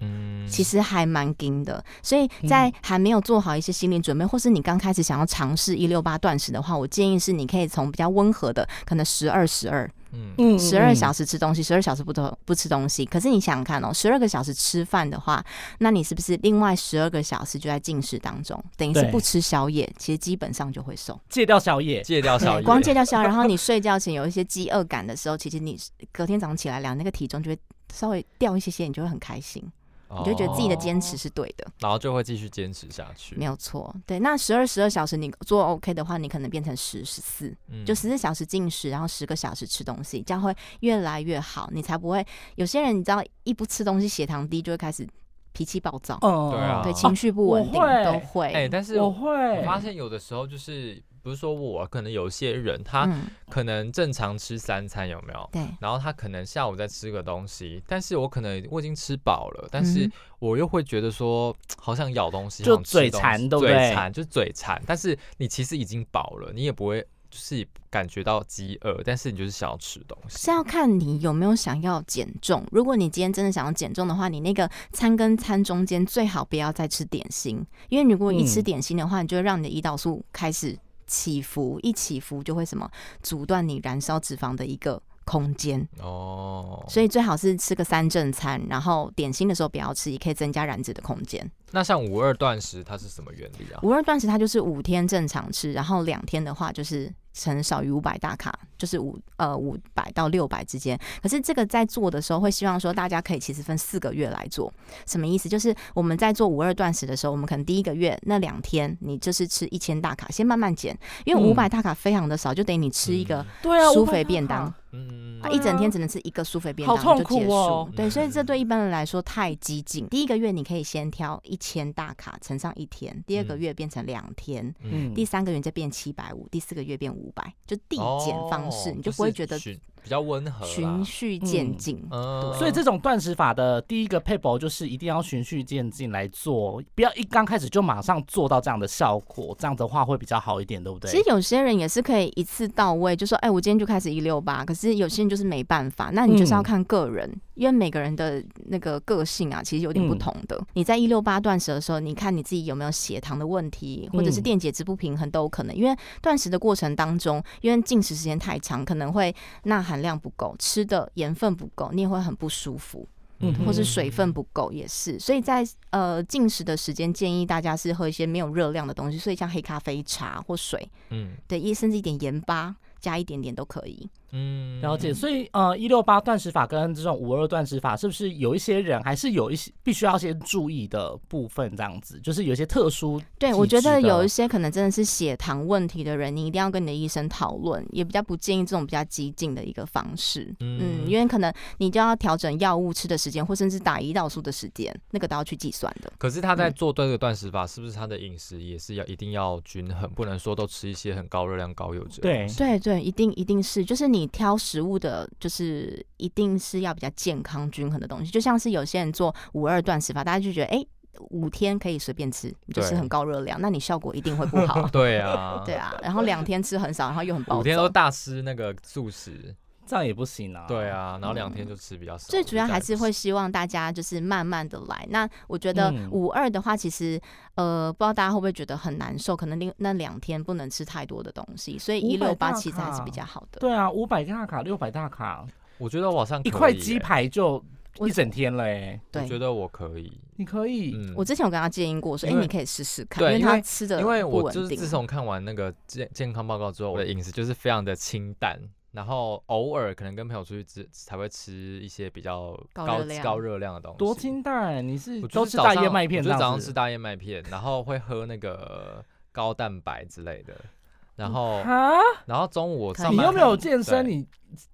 嗯
其实还蛮紧的，所以在还没有做好一些心理准备，或是你刚开始想要尝试一六八断食的话，我建议是你可以从比较温和的，可能十二十二
嗯
嗯
十二小
时，
时吃东西，十二小时不吃不吃东西。可是你想想看哦，十二个小时吃饭的话，那你是不是另外十二个小时就在进食当中？等于是
对
不吃宵夜，其实基本上就会瘦。
戒掉宵夜，
戒掉宵
对，
夜，
光戒掉宵，然后你睡觉前有一些饥饿感的时候，其实你隔天早上起来量那个体重就会稍微掉一些些，你就会很开心，
哦，
你就会觉得自己的坚持是对的。
然后就会继续坚持下去，
没有错，对。那十二十二小时你做 OK 的话，你可能变成十十四，
嗯
就十四小时进食，然后十个小时吃东西，这样会越来越好，你才不会。有些人你知道，一不吃东西血糖低就会开始脾气暴躁，
嗯
对啊
对，情绪不稳定、
我会
都会。
哎，但是
我
我
会
发现有的时候就是不是说我，可能有些人他
嗯，
可能正常吃三餐有没有？
对，
然后他可能下午再吃个东西，但是我可能我已经吃饱了，但是
嗯
我又会觉得说好想咬东西，好
就
想吃
嘴
东
馋
西
对不对
嘴馋就嘴馋，但是你其实已经饱了，你也不会就是感觉到饥饿，但是你就是想要吃东西
是。要看你有没有想要减重。如果你今天真的想要减重的话，你那个餐跟餐中间最好不要再吃点心，因为如果一吃
嗯
点心的话，你就会让你的胰岛素开始起伏，一起伏就会什么阻断你燃烧脂肪的一个空间。
哦，
所以最好是吃个三正餐，然后点心的时候不要吃，也可以增加燃脂的空间。
那像五二断食它是什么原理啊？
五二断食它就是五天正常吃，然后两天的话就是可能少于五百大卡，就是五呃五百到六百之间。可是这个在做的时候，会希望说大家可以其实分四个月来做。什么意思？就是我们在做五二断食的时候，我们可能第一个月那两天你就是吃一千大卡，先慢慢减，因为
嗯
五百大卡非常的少，就等于你吃一个。
对啊，
苏
我
菲
会
便当
怕
嗯，
啊，
对
一整天只能吃一个苏菲便
好
当
痛
就
苦
结束，
哦
对，所以这
嗯
对一般人来说太激进。第一个月你可以先挑一千大卡乘上一天，第二个
嗯
月变成两天，
嗯，
第三个月再变七百五，第四个月变五百，就递减方式，
哦
你就不会觉得
是循比较温和啦，
循序渐进。
嗯
所以这种断食法的第一个配博就是一定要循序渐进来做，不要一刚开始就马上做到这样的效果，这样的话会比较好一点，对不对？
其实有些人也是可以一次到位，就说，哎，我今天就开始一六八。可是有些人就是没办法，那你就是要看个人，因为每个人的那个个性啊，其实有点不同的。你在一六八断食的时候，你看你自己有没有血糖的问题，或者是
嗯
电解质不平衡都有可能。因为断食的过程当中，因为进食时间太长，可能会钠含量不够，吃的盐分不够，你也会很不舒服。
嗯
或是
嗯
水分不够也是，所以在呃进食的时间建议大家是喝一些没有热量的东西，所以像黑咖啡、茶或水，
嗯
对，一甚至一点盐巴加一点点都可以。
嗯
了解，所以呃，一六八断食法跟这种五二断食法，是不是有一些人还是有一些必须要先注意的部分？这样子，就是有一些特殊
对，我觉得
体质的
有一些可能真的是血糖问题的人，你一定要跟你的医生讨论，也比较不建议这种比较激进的一个方式。嗯，因为可能你就要调整药物吃的时间，或甚至打胰岛素的时间，那个都要去计算的。
可是他在
嗯
做这个断食法，是不是他的饮食也是要一定要均衡，不能说都吃一些很高热量、高油脂？
对，
对对，一定一定是，就是你挑食物的，就是一定是要比较健康均衡的东西。就像是有些人做五二断食法，大家就觉得哎，诶五天可以随便吃，就是
对。
很高热量，那你效果一定会不好
对啊，
对啊，然后两天吃很少，然后又很暴
五天都
走。
大吃那个素食，
这样也不行啊。
对，啊，然后两天就吃比较少。
嗯最主要还是会
就
希望大家就是慢慢的来。那我觉得
嗯
五二的话，其实呃，不知道大家会不会觉得很难受，可能另那两天不能吃太多的东西，所以一六
500大
八其实还是
卡
比较好的。
对啊，五百大卡、六百大卡，
这样子，我觉得我好像
一
可
块
以
鸡
耶，
排就
我
一整天了、欸。
我
对
觉得我可以。
你可以，
嗯
我之前有跟他建议过，说，哎、
因为
你可以试试看，
对
因
因
他
为
吃的
因为
不
我
稳
就是
定。
自从看完那个健健康报告之后，我的饮食就是非常的清淡，然后偶尔可能跟朋友出去吃才会吃一些比较
高
高
热量
高热量的东西。
多清淡，你是
我
都
就是
吃
早
大
上
燕麦片
我
这
就是早
样
上吃
子。
大燕麦片，然后会喝那个高蛋白之类的。
嗯
然后，
啊，
然后中午我
可
上
以
你
班
又没有
可
健身，
对
你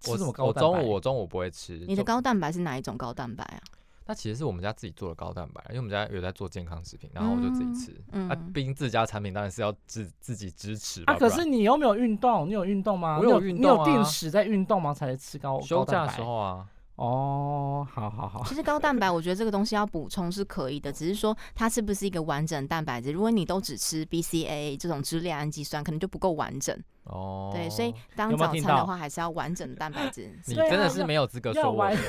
吃
我
什么高
我
蛋白？
中午我中午不会吃。
你的
就
高蛋白是哪一种高蛋白啊？
那其实是我们家自己做的高蛋白，因为我们家有在做健康食品，然后我就自己吃。
嗯
啊
嗯，
毕竟自家产品当然是要自自己支持吧。
啊，可
不
是
然
你又没有运动，你有运动吗？
我
你
有
有
运
你有
动
定
啊
时在运动吗？才吃高
休假
高蛋
的
白
时候啊，
哦，好好好，
其实高蛋白，我觉得这个东西要补充是可以的，只是说它是不是一个完整蛋白质。如果你都只吃 BCA 这种支链氨基酸，可能就不够完整。
哦，
对，所以当
有没有
早
听
餐
到
的话，还是要完整的蛋白质。
你
对 啊
真的
要
是没有资格
要
说我
完
的。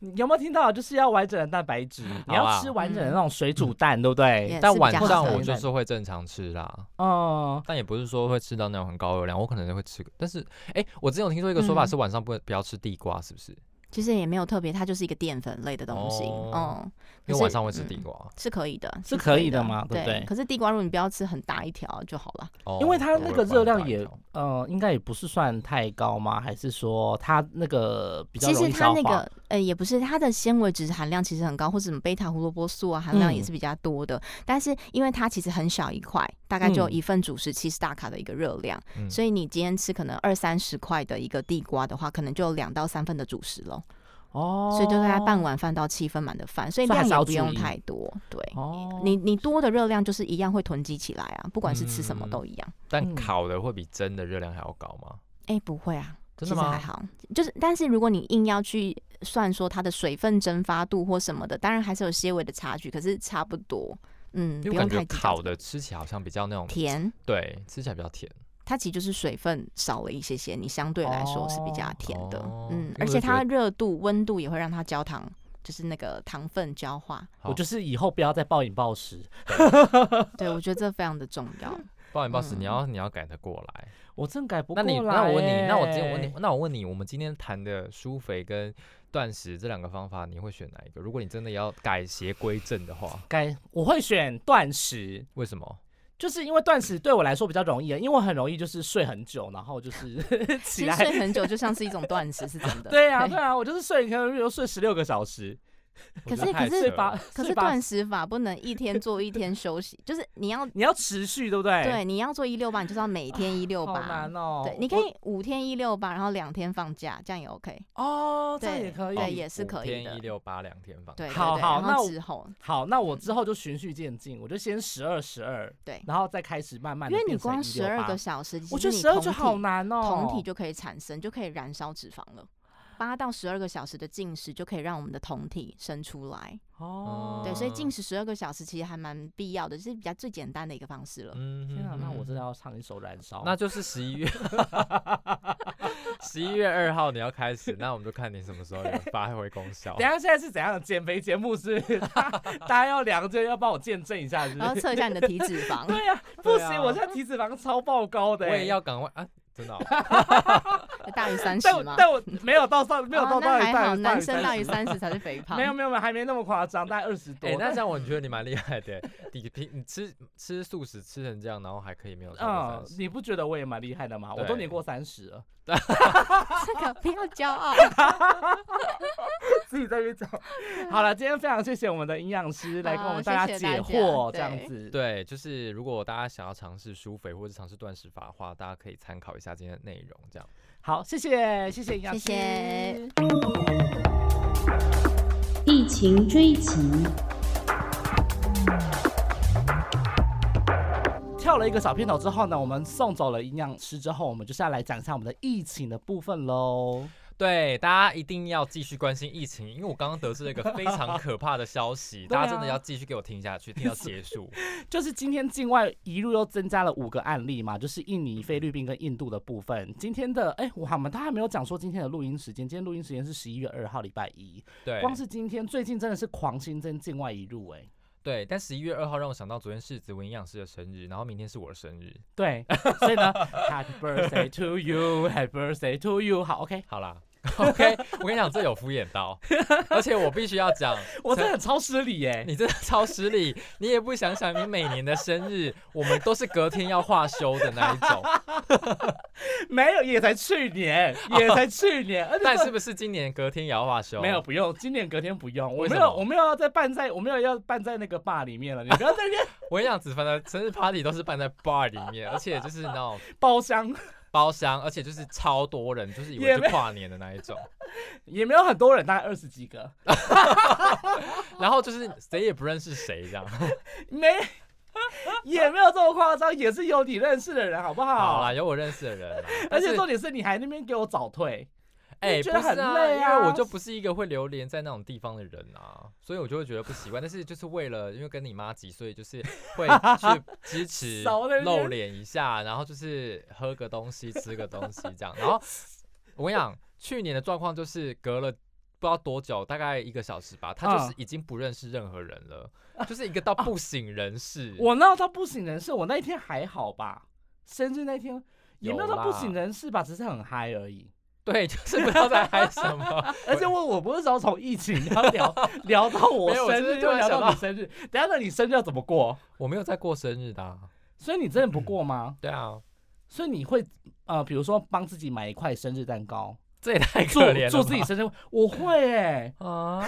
你有没有听到？就是要完整的蛋白质，你
好
要
啊
吃完整的那种水煮蛋，对不对
嗯也？
但
是比
晚
较
上
好
我
的
就是会正常吃啦，
嗯，
但也不是说会吃到那种很高热量，我可能会吃个。但是，哎、我之前有听说一个说法
嗯
是晚上不不要吃地瓜，是不是？
其实也没有特别，它就是一个淀粉类的东西，
哦
嗯，可
因为
是
晚上会吃地
嗯
瓜，
是可以的，
是可
可
以的
的
嘛对
对
不对
可是地瓜，如果你不要吃很大一条就好了。
哦
因为它
我
那
会
个热
晚上
量
一
也
条，
呃，应该也不是算太高吗？还是说它那个比较
其
容
实
易
它
消
那
化
个？呃也不是，它的纤维质含量其实很高，或者什么贝塔胡萝卜素啊含量也
嗯
是比较多的。但是因为它其实很小一块，大概就
嗯
一份主食七十大卡的一个热量，
嗯
所以你今天吃可能二三十块的一个地瓜的话，可能就有两到三份的主食咯。
哦，
所以就大概半碗饭到七分满的饭，所以
所以还
量
是要
也不用
注意
太多。对，
哦，
你你多的热量就是一样会囤积起来啊，不管是吃什么都一样。
但
嗯
烤的会比蒸的热量还要高吗？
哎、不会啊，
真
其
的
实还
吗？
好。就是，但是如果你硬要去算说它的水分蒸发度或什么的，当然还是有些微的差距，可是差不多。嗯，
因为
不
我
用
感
太
觉
计较
烤
这个
的吃起来好像比较那种，
甜，
对，吃起来比较甜。
它其实就是水分少了一些些，你相对来说是比较甜的。
哦因
嗯
为，我
而且
就觉
它
得
热度、温度也会让它焦糖，就是那个糖分焦化。
我就是以后不要再暴饮暴食。
对，我觉得这非常的重要。
暴饮暴食，你
嗯
要你要改得过来。
我真改不
那
过欸
你那我问你，那我今天
天
问你，那我问你，我们今天谈的舒肥跟断食这两个方法，你会选哪一个？如果你真的要改邪归正的话，
该我会选断食，
为什么？
就是因为断食对我来说比较容易，因为我很容易就是睡很久，然后就是 起
其实
来。
睡很久就像是一种断食，是真 的。
对啊，对啊，我就是睡，可能有睡十六个小时，哎
我觉
可
得
是
太
可是
扯
睡八
了，
可
睡
是
八
断食法不能一天做一天休息，就是你要
你要持 续，对不对？
对，你要做一六八，你就是要每天一六
好
八
难。哦。
对，你可
我
以五天一六八，然后两天放假，这样也 OK。
哦，这样
对，
也可以。
对，也是可以
天
的
一。六八两天放。
对，对
好
对
好
然
那我
后之后，
好，那我之后就循序渐进，我就先十二十二，
对
然后再开始慢慢
因
地
为你
变成
光
168
十二个，小时，
我
其
觉得
实你
十二
酮
就好
体
难哦，
酮体就可以产生，就可以燃烧脂肪了。八到十二个小时的进食就可以让我们的酮体生出来。
哦，
对，所以进
嗯
食十二个小时其实还蛮必要的，这是比较最简单的一个方式了。
嗯
天啊，那我
这
真的要唱一首《燃烧》。
那就是十 一月，十一月二号你要开始，那我们就看你什么时候有发挥功效
等一。下现在是怎样的减肥节目是 不是？大家大家要量就要帮我见证一下，是不
然后
是？
测一下你的体脂肪。
对呀、不
对
行，
啊
我现在体脂肪超爆高的、
我
欸，
也要赶快啊！真 的哦、
大于三十
但我
吗？
但我没有到上，没有到到
哦、那
底
还好，
大于
男生大于
30
三十才是肥胖。
没有没有没有，还没那么夸张，大概二十多。
哎、那
但
这样我觉 得你蛮厉害的，你平你吃吃素食吃成这样，然后还可以没有超过三，
嗯
十、
你不觉得我也蛮厉害的吗？我都
对
年过三十 了，
这个不要骄 傲。
自己在那边讲。好了，今天非常谢谢我们的营养师来跟我们
好
大家
谢谢
解
大家
惑，这
对
样子。
对，就是如果大家想要尝试舒肥或者尝试断食法的话，大家可以参考一下今天的内容，这样。
好，谢谢谢谢营养
谢
师，
谢。
疫情追击，
跳了一个小片头之后呢，我们送走了营养师之后，我们就是要来讲一下我们的疫情的部分喽。
对，大家一定要继续关心疫情，因为我刚刚得知了一个非常可怕的消 息，
对啊
大家真的要继续给我听下去，听到结 束。
就是今天境外一路又增加了五个案例嘛，就是印尼、菲律宾跟印度的部分。今天的哎、我们他还没有讲说今天的录音时间，今天录音时间是十一月二号，礼拜一。
对，
光是今天最近真的是狂新增境外一路哎、
对，但十一月二号让我想到昨天是子文营养师的生日，然后明天是我的生日。
对，所 以呢，Happy birthday to you，Happy birthday to you。好，OK，
好啦 ，OK，我跟你讲，这有敷衍到，而且我必须要 讲，
我真的很超失礼耶、
你真的超失礼，你也不想想，你每年的生日，我们都是隔天要化休的那一种，
没有，也才去年，
哦
也才去 年，而且
但
这
是不是今年隔天也要 化休？
没有，不用，今年隔天不用，我
哦为
没
什
有，
么
我没有要再办在，我没有要办在那个坝里面了，你不要在那边
我跟你讲，子凡的生日 party 都是办在 bar 里面，而且就是那种
包厢，
包厢，而且就是超多人，就是以
也
为
没
是跨年的那一种，
也没有很多人，大概二十几个，
然后就是谁也不认识谁这样。
没，也没有这么夸张，也是有你认识的人，好不 好？
好啦，有我认识的人啦，
而
但是
且重点是你还那边给我早退，
哎、
觉
不
得很
是啊，
累
因为
啊
我就不是一个会流连在那种地方的人啊，所以我就会觉得不习惯。但是就是为了因为跟你妈挤，所以就是会去支 持
少在那边
露脸一下，然后就是喝个东西、吃个东西这样。然后我跟你讲，去年的状况就是隔了不知道多久，大概一个小时
嗯
吧，他就是已经不认识任何人了，就是一个到不省人事。
哦我闹到不省人事，我那一天还好吧，生日那天也没
有
有到不
啦
省人事吧，只是很嗨而已。
对， 就是不知道在嗨什么。
而且我我不是说从疫情要聊 聊到我
没有我
生
真
日，
的
就
突然
聊
想
到你
到
生日，等一下那你生日要怎么过？
我没有在过生日的、啊，
所以你真的不过吗？
对啊，
所以你会呃，比如说帮自己买一块生日蛋糕，
这也太
祝
可怜了吧。
祝自己生日，我会哎、
啊，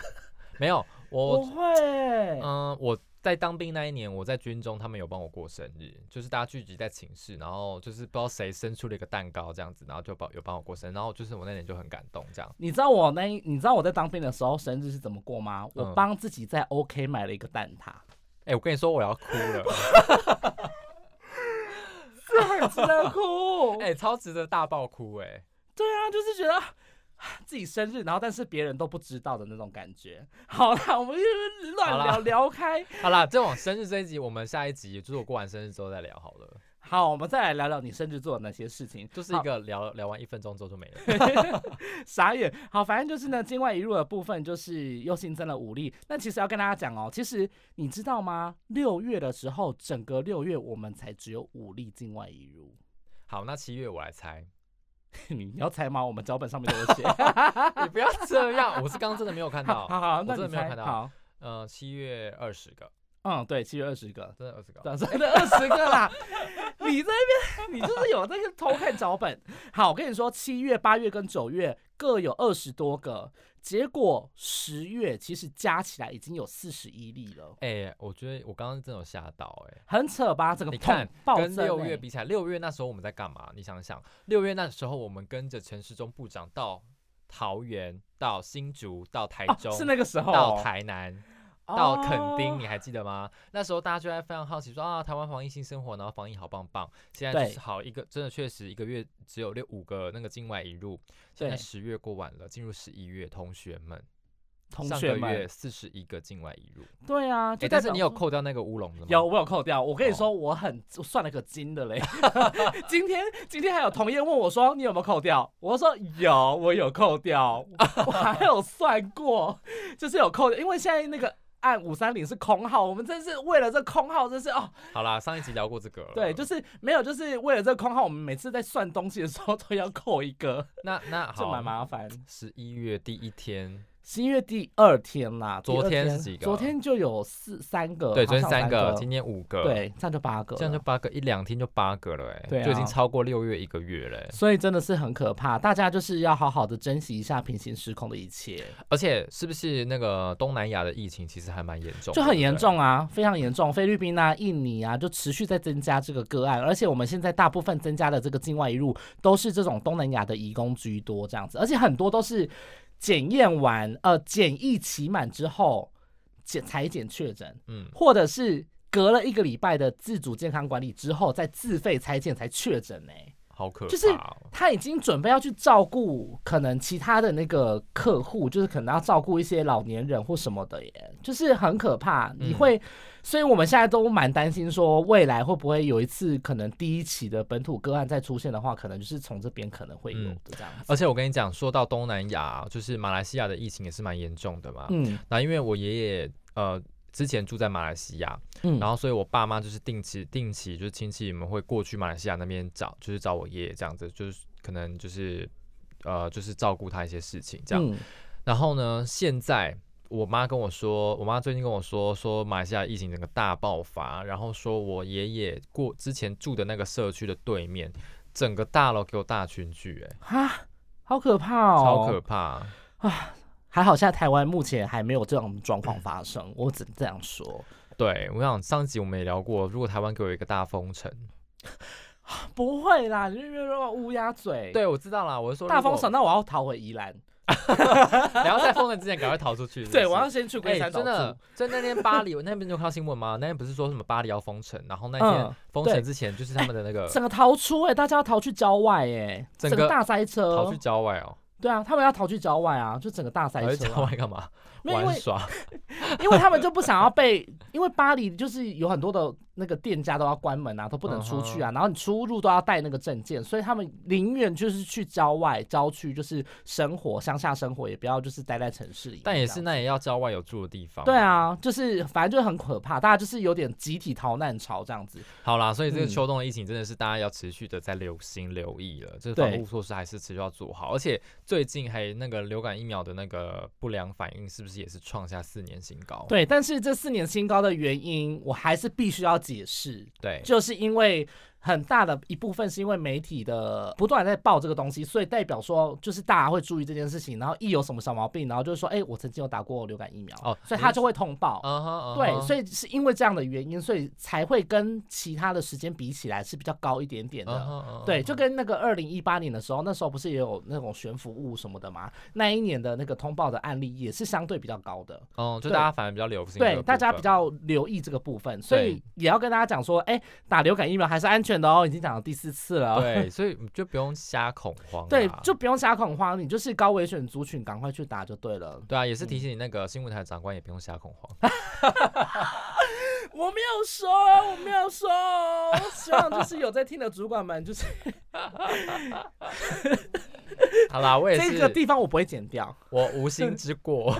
没有
我
我，
会哎、
嗯、我在当兵那一年，我在军中，他们有帮我过生日，就是大家聚集在寝室，然后就是不知道谁生出了一个蛋糕这样子，然后就帮有帮我过生日，然后就是我那年就很感动这样。
你知道我那一你知道我在当兵的时候生日是怎么过吗？我
嗯
帮自己在 OK 买了一个蛋挞，
哎、我跟你说我要哭 了，
真的哭。
哎、超值得大爆哭哎、
对啊，就是觉得啊自己生日，然后但是别人都不知道的那种感觉。好啦，我们就是乱
好啦
聊聊开。
好啦，这种生日这一集，我们下一集就是我过完生日之后再聊好了，
好，我们再来聊聊你生日做的那些事情，
就是一个聊聊完一分钟之后就没 了。
傻眼。好，反正就是呢，境外一入的部分就是又新增了五例。那其实要跟大家讲哦，其实你知道吗？六月的时候，整个六月我们才只有五例境外一入。
好，那七月我来猜，
你你要猜吗？我们脚本上面都有写。
你不要这样，我是刚刚真的没有看
好
到，
好好，那
我真
你
的没有
猜
看到
好，
呃，七月二十个，
嗯，对，七月二十个，
真的二十个，
对，啊真的二十个啦。 你在那边，你 就是有那个偷看脚本。好，我跟你说，七月、八月跟九月各有二十多个，结果十月其实加起来已经有四十一例了，
哎、我觉得我刚刚真的有吓到哎、
很扯吧？这个
你
痛
看，
暴
跟
增
六
欸
月比起来，六月那时候我们在干嘛？你想想，六月那时候我们跟着陈时中部长到桃园、到新竹、到台
哦
中、
是那个时候
到
哦
台南、到垦丁，
哦
你还记得吗？那时候大家就在非常好奇说啊，台湾防疫新生活，然后防疫好棒棒。现在
对
就是好一个，真的确实一个月只有六五个那个境外引入，现在
对
十月过完了，进入十一月，同学们，
同
上
学
个
们
月，四十一个境外引入，
对啊，
哎、
就代
但是
表
你有
说
扣掉那个乌龙的吗？
有，我有扣掉。我跟你
哦
说，我很我算了个斤的嘞。 今天今天还有同业问我说，你有没有扣掉？我说有，我有扣掉，我还有算过，就是有扣掉，因为现在那个。按五三零是空号，我们真是为了这空号，真是哦，
好啦，上一集聊过这个了，
对，就是没有，就是为了这空号，我们每次在算东西的时候都要扣一个，
那那
这
好，
蛮麻烦。
十一月第一天，
十一月第二天啦，第
昨
二
天
天
是几个
昨天就有四三个，
对，
呃好
昨天
像
三
个，
今天五个，，
对，这样就八个了，
这样就八个，一两天就八个了、哎，
对啊
就已经超过六月一个月了、哎
所以真的是很可怕，大家就是要好好的珍惜一下平行时空的一切，
而且是不是那个东南亚的疫情其实还蛮严重的，
就很严
对不对。
重啊，非常严重。菲律宾啊、印尼啊，就持续在增加这个个案，而且我们现在大部分增加的这个境外移入都是这种东南亚的移工居多这样子，而且很多都是检验完呃检疫期满之后检裁检确诊，
嗯，
或者是隔了一个礼拜的自主健康管理之后再自费裁检才确诊呢、
好可怕、哦，
就是他已经准备要去照顾可能其他的那个客户，就是可能要照顾一些老年人或什么的耶，就是很可怕。你会，
嗯
所以我们现在都蛮担心，说未来会不会有一次可能第一起的本土个案再出现的话，可能就是从这边可能会有
嗯
的这样子。
而且我跟你讲，说到东南亚，就是马来西亚的疫情也是蛮严重的嘛。
嗯
那因为我爷爷呃之前住在马来西亚，
嗯，
然后所以我爸妈就是定期定期就是亲戚们会过去马来西亚那边找，就是找我爷爷这样子，就是可能就是呃就是照顾他一些事情这样。
嗯
然后呢，现在我妈跟我说，我妈最近跟我说，说马来西亚疫情整个大爆发，然后说我爷爷过之前住的那个社区的对面，整个大楼给我大群聚、哎，
哈，好可怕哦，
超可怕。
还好现在台湾目前还没有这种状况发生，我只能这样说。
对，我想上集我们也聊过，如果台湾给我一个大封城，
不会啦，你就说乌鸦嘴，，
对我知道啦，我是说
大风神，
到，
那我要逃回宜兰。
然后在封城之前赶快逃 出去。是不
对，
是
我要先去龟
哎、
山岛
真
住、
的， 在那天巴黎，我那边你有看到新闻吗？那天不是说什么巴黎要封城，然后那天
嗯
封城
对
之前就是他们的那个
整个逃出哎、大家要逃去郊外哎、
整
整
个
大塞车，
逃去郊外哦，
对啊，他们要逃去郊外啊，就整个大塞
逃去
车
郊
啊、
外干嘛？
没有因
玩
为
耍。
因为他们就不想要被，因为巴黎就是有很多的那个店家都要关门啊，都不能出去
嗯
啊，然后你出入都要带那个证件，所以他们宁愿就是去郊外、郊区，就是生活、乡下生活，也不要就是待在城市里面这样。
但也是那也要郊外有住的地方。
对，啊，就是反正就很可怕，大家就是有点集体逃难潮这样子。
好啦，所以这个
嗯
秋冬的疫情真的是大家要持续的在留心留意了，就是防
对
护措施还是持续要做好，而且最近还那个流感疫苗的那个不良反应是不是也是创下四年新高？
对，但是这四年新高的原因，我还是必须要解释，
对，
就是因为很大的一部分是因为媒体的不断地在报这个东西，所以代表说就是大家会注意这件事情，然后一有什么小毛病，然后就是说，哎、我曾经有打过流感疫苗，
哦
所以他就会通报。
嗯哼，
对，所
以
以是因为这样的原因，所以才会跟其他的时间比起来是比较高一点点
嗯
的。对，就跟那个二零一八年的时候，那时候不是也有那种悬浮物什么的嘛？那一年的那个通报的案例也是相对比较高的，
嗯，就
对
大家反而比较留心这个部
对，
分，
大家比较留意这个部分，所以也要跟大家讲说，哎、打流感疫苗还是安全的哦，已经讲了第四次了。
对，所以就不用瞎恐慌啦。
啊对，就不用瞎恐慌，你就是高危险族群，赶快去打就对了。
对啊，也是提醒你那个新闻台的长官也不用瞎恐慌。
我没有说，我没有说，希望就是有在听的主管们，就是
好啦，我也
这
是，
个地方我不会剪掉。
我无心之 过。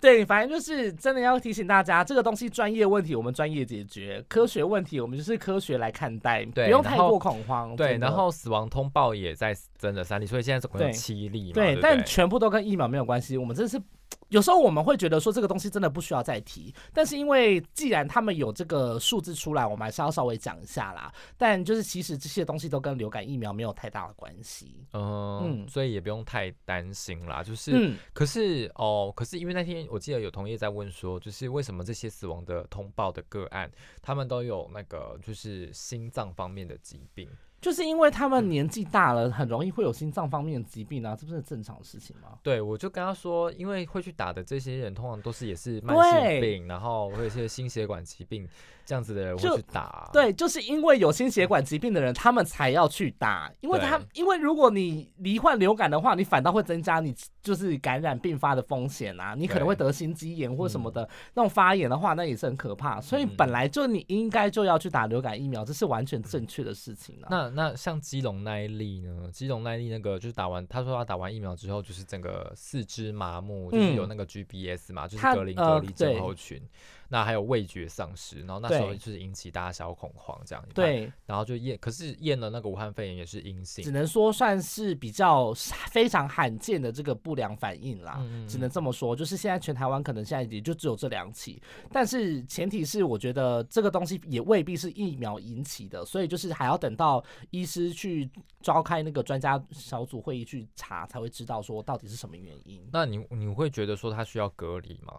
对，反正就是真的要提醒大家，这个东西专业问题我们专业解决，科学问题我们就是科学来看待，不
对
用
然
太
后
过恐慌。
对，
真的
然后死亡通报也在增了三例，所以现在总共有
对
七例嘛。对
对，
不对，
但全部都跟疫苗没有关系。我们真是有时候我们会觉得说这个东西真的不需要再提，但是因为既然他们有这个数字出来，我们还是要稍微讲一下啦。但就是其实这些东西都跟流感疫苗没有太大的关系。
嗯，
嗯
所以也不用太担心啦。就是，
嗯，
可是哦，可是因为那天我记得有同业在问说，就是为什么这些死亡的通报的个案，他们都有那个就是心脏方面的疾病。
就是因为他
嗯
们年纪大了，很容易会有心脏方面的疾病啊，这不是正常的事情吗？
对，我就跟他说，因为会去打的这些人，通常都是也是慢性
对
病，然后会有一些心血管疾病这样子的人会
就
去打。
对，就是因为有心血管疾病的人，他们才要去打，因为他
对
因为如果你罹患流感的话，你反倒会增加你就是感染并发的风险啊，你可能会
对
得心肌炎或什么的、那种发炎的话，那也是很可怕。所以
嗯
本来就你应该就要去打流感疫苗，这是完全正确的事情啊。
那那像基隆那一例呢？基隆那一例那个就是打完，他说他打完疫苗之后，就是整个四肢麻木，就是有
嗯
那个 GBS 嘛，就是
他
格林
呃
格离症
对
候群。那还有味觉丧失，然后那时候
对
就是引起大家小恐慌这样。，
对，
然后就验，可是验了那个武汉肺炎也是阴
只
性。
能说算是比较非常罕见的这个不良反应啦。
嗯
只能这么说，就是现在全台湾可能现在也就只有这两起，但是前提是我觉得这个东西也未必是疫苗引起的，所以就是还要等到医师去召开那个专家小组会议去查，才会知道说到底是什么原因。
那你你会觉得说他需要隔离吗？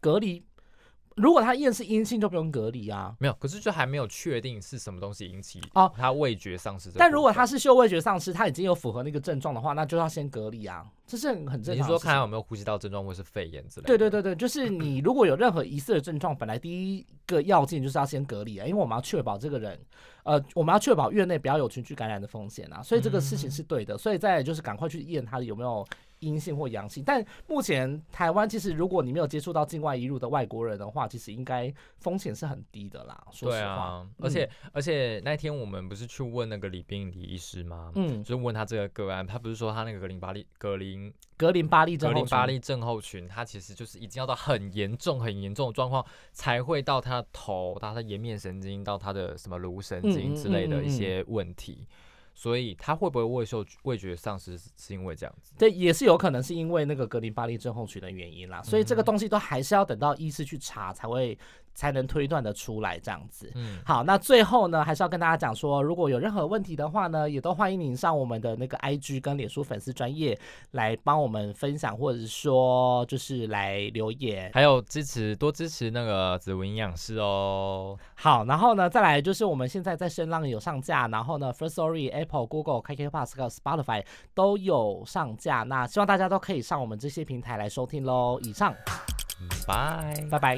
隔离，如果他验是阴性就不用隔离啊。
没有，可是就还没有确定是什么东西引起
哦
他味觉丧失这部分。
但如果他是嗅味觉丧失，他已经有符合那个症状的话，那就要先隔离啊，这是很很
你
正常的事情。
是说看他有没有呼吸道症状或是肺炎之类的？
对对对对，就是你如果有任何疑似的症状，本来第一个要件就是要先隔离啊，因为我们要确保这个人，呃，我们要确保院内不要有群聚感染的风险啊，所以这个事情
嗯
是对的。所以再来就是赶快去验他有没有阴性或阳性。但目前台湾其实如果你没有接触到境外移入的外国人的话，其实应该风险是很低的啦。说
对
实话，
啊，
嗯
而且、而且那天我们不是去问那个李冰李医师吗？
嗯，
就问他这个个案，他不是说他那个格林巴利格林
格林巴利症
格
候
林
群，
巴利症候群，他其实就是已经要到很严重、很严重的状况，才会到他的头、到他的颜面神经、到他的什么颅神经
嗯嗯
之类的
嗯嗯
一些问题。所以他会不会味嗅味觉丧失，是因为这样子？
对，也是有可能是因为那个格林巴利症候群的原因啦，所以这个东西都还是要等到医师去查才会才能推断的出来这样子。
嗯，
好，那最后呢，还是要跟大家讲说，如果有任何问题的话呢，也都欢迎您上我们的那个 IG 跟脸书粉丝专业来帮我们分享，或者是说就是来留言。
还有支持多支持那个紫薇营养师哦。
好，然后呢，再来就是我们现在在声浪有上架，然后呢，First Story、Apple、Google、KK Pass 和 Spotify 都有上架，那希望大家都可以上我们这些平台来收听喽。以上，
嗯拜。
拜拜。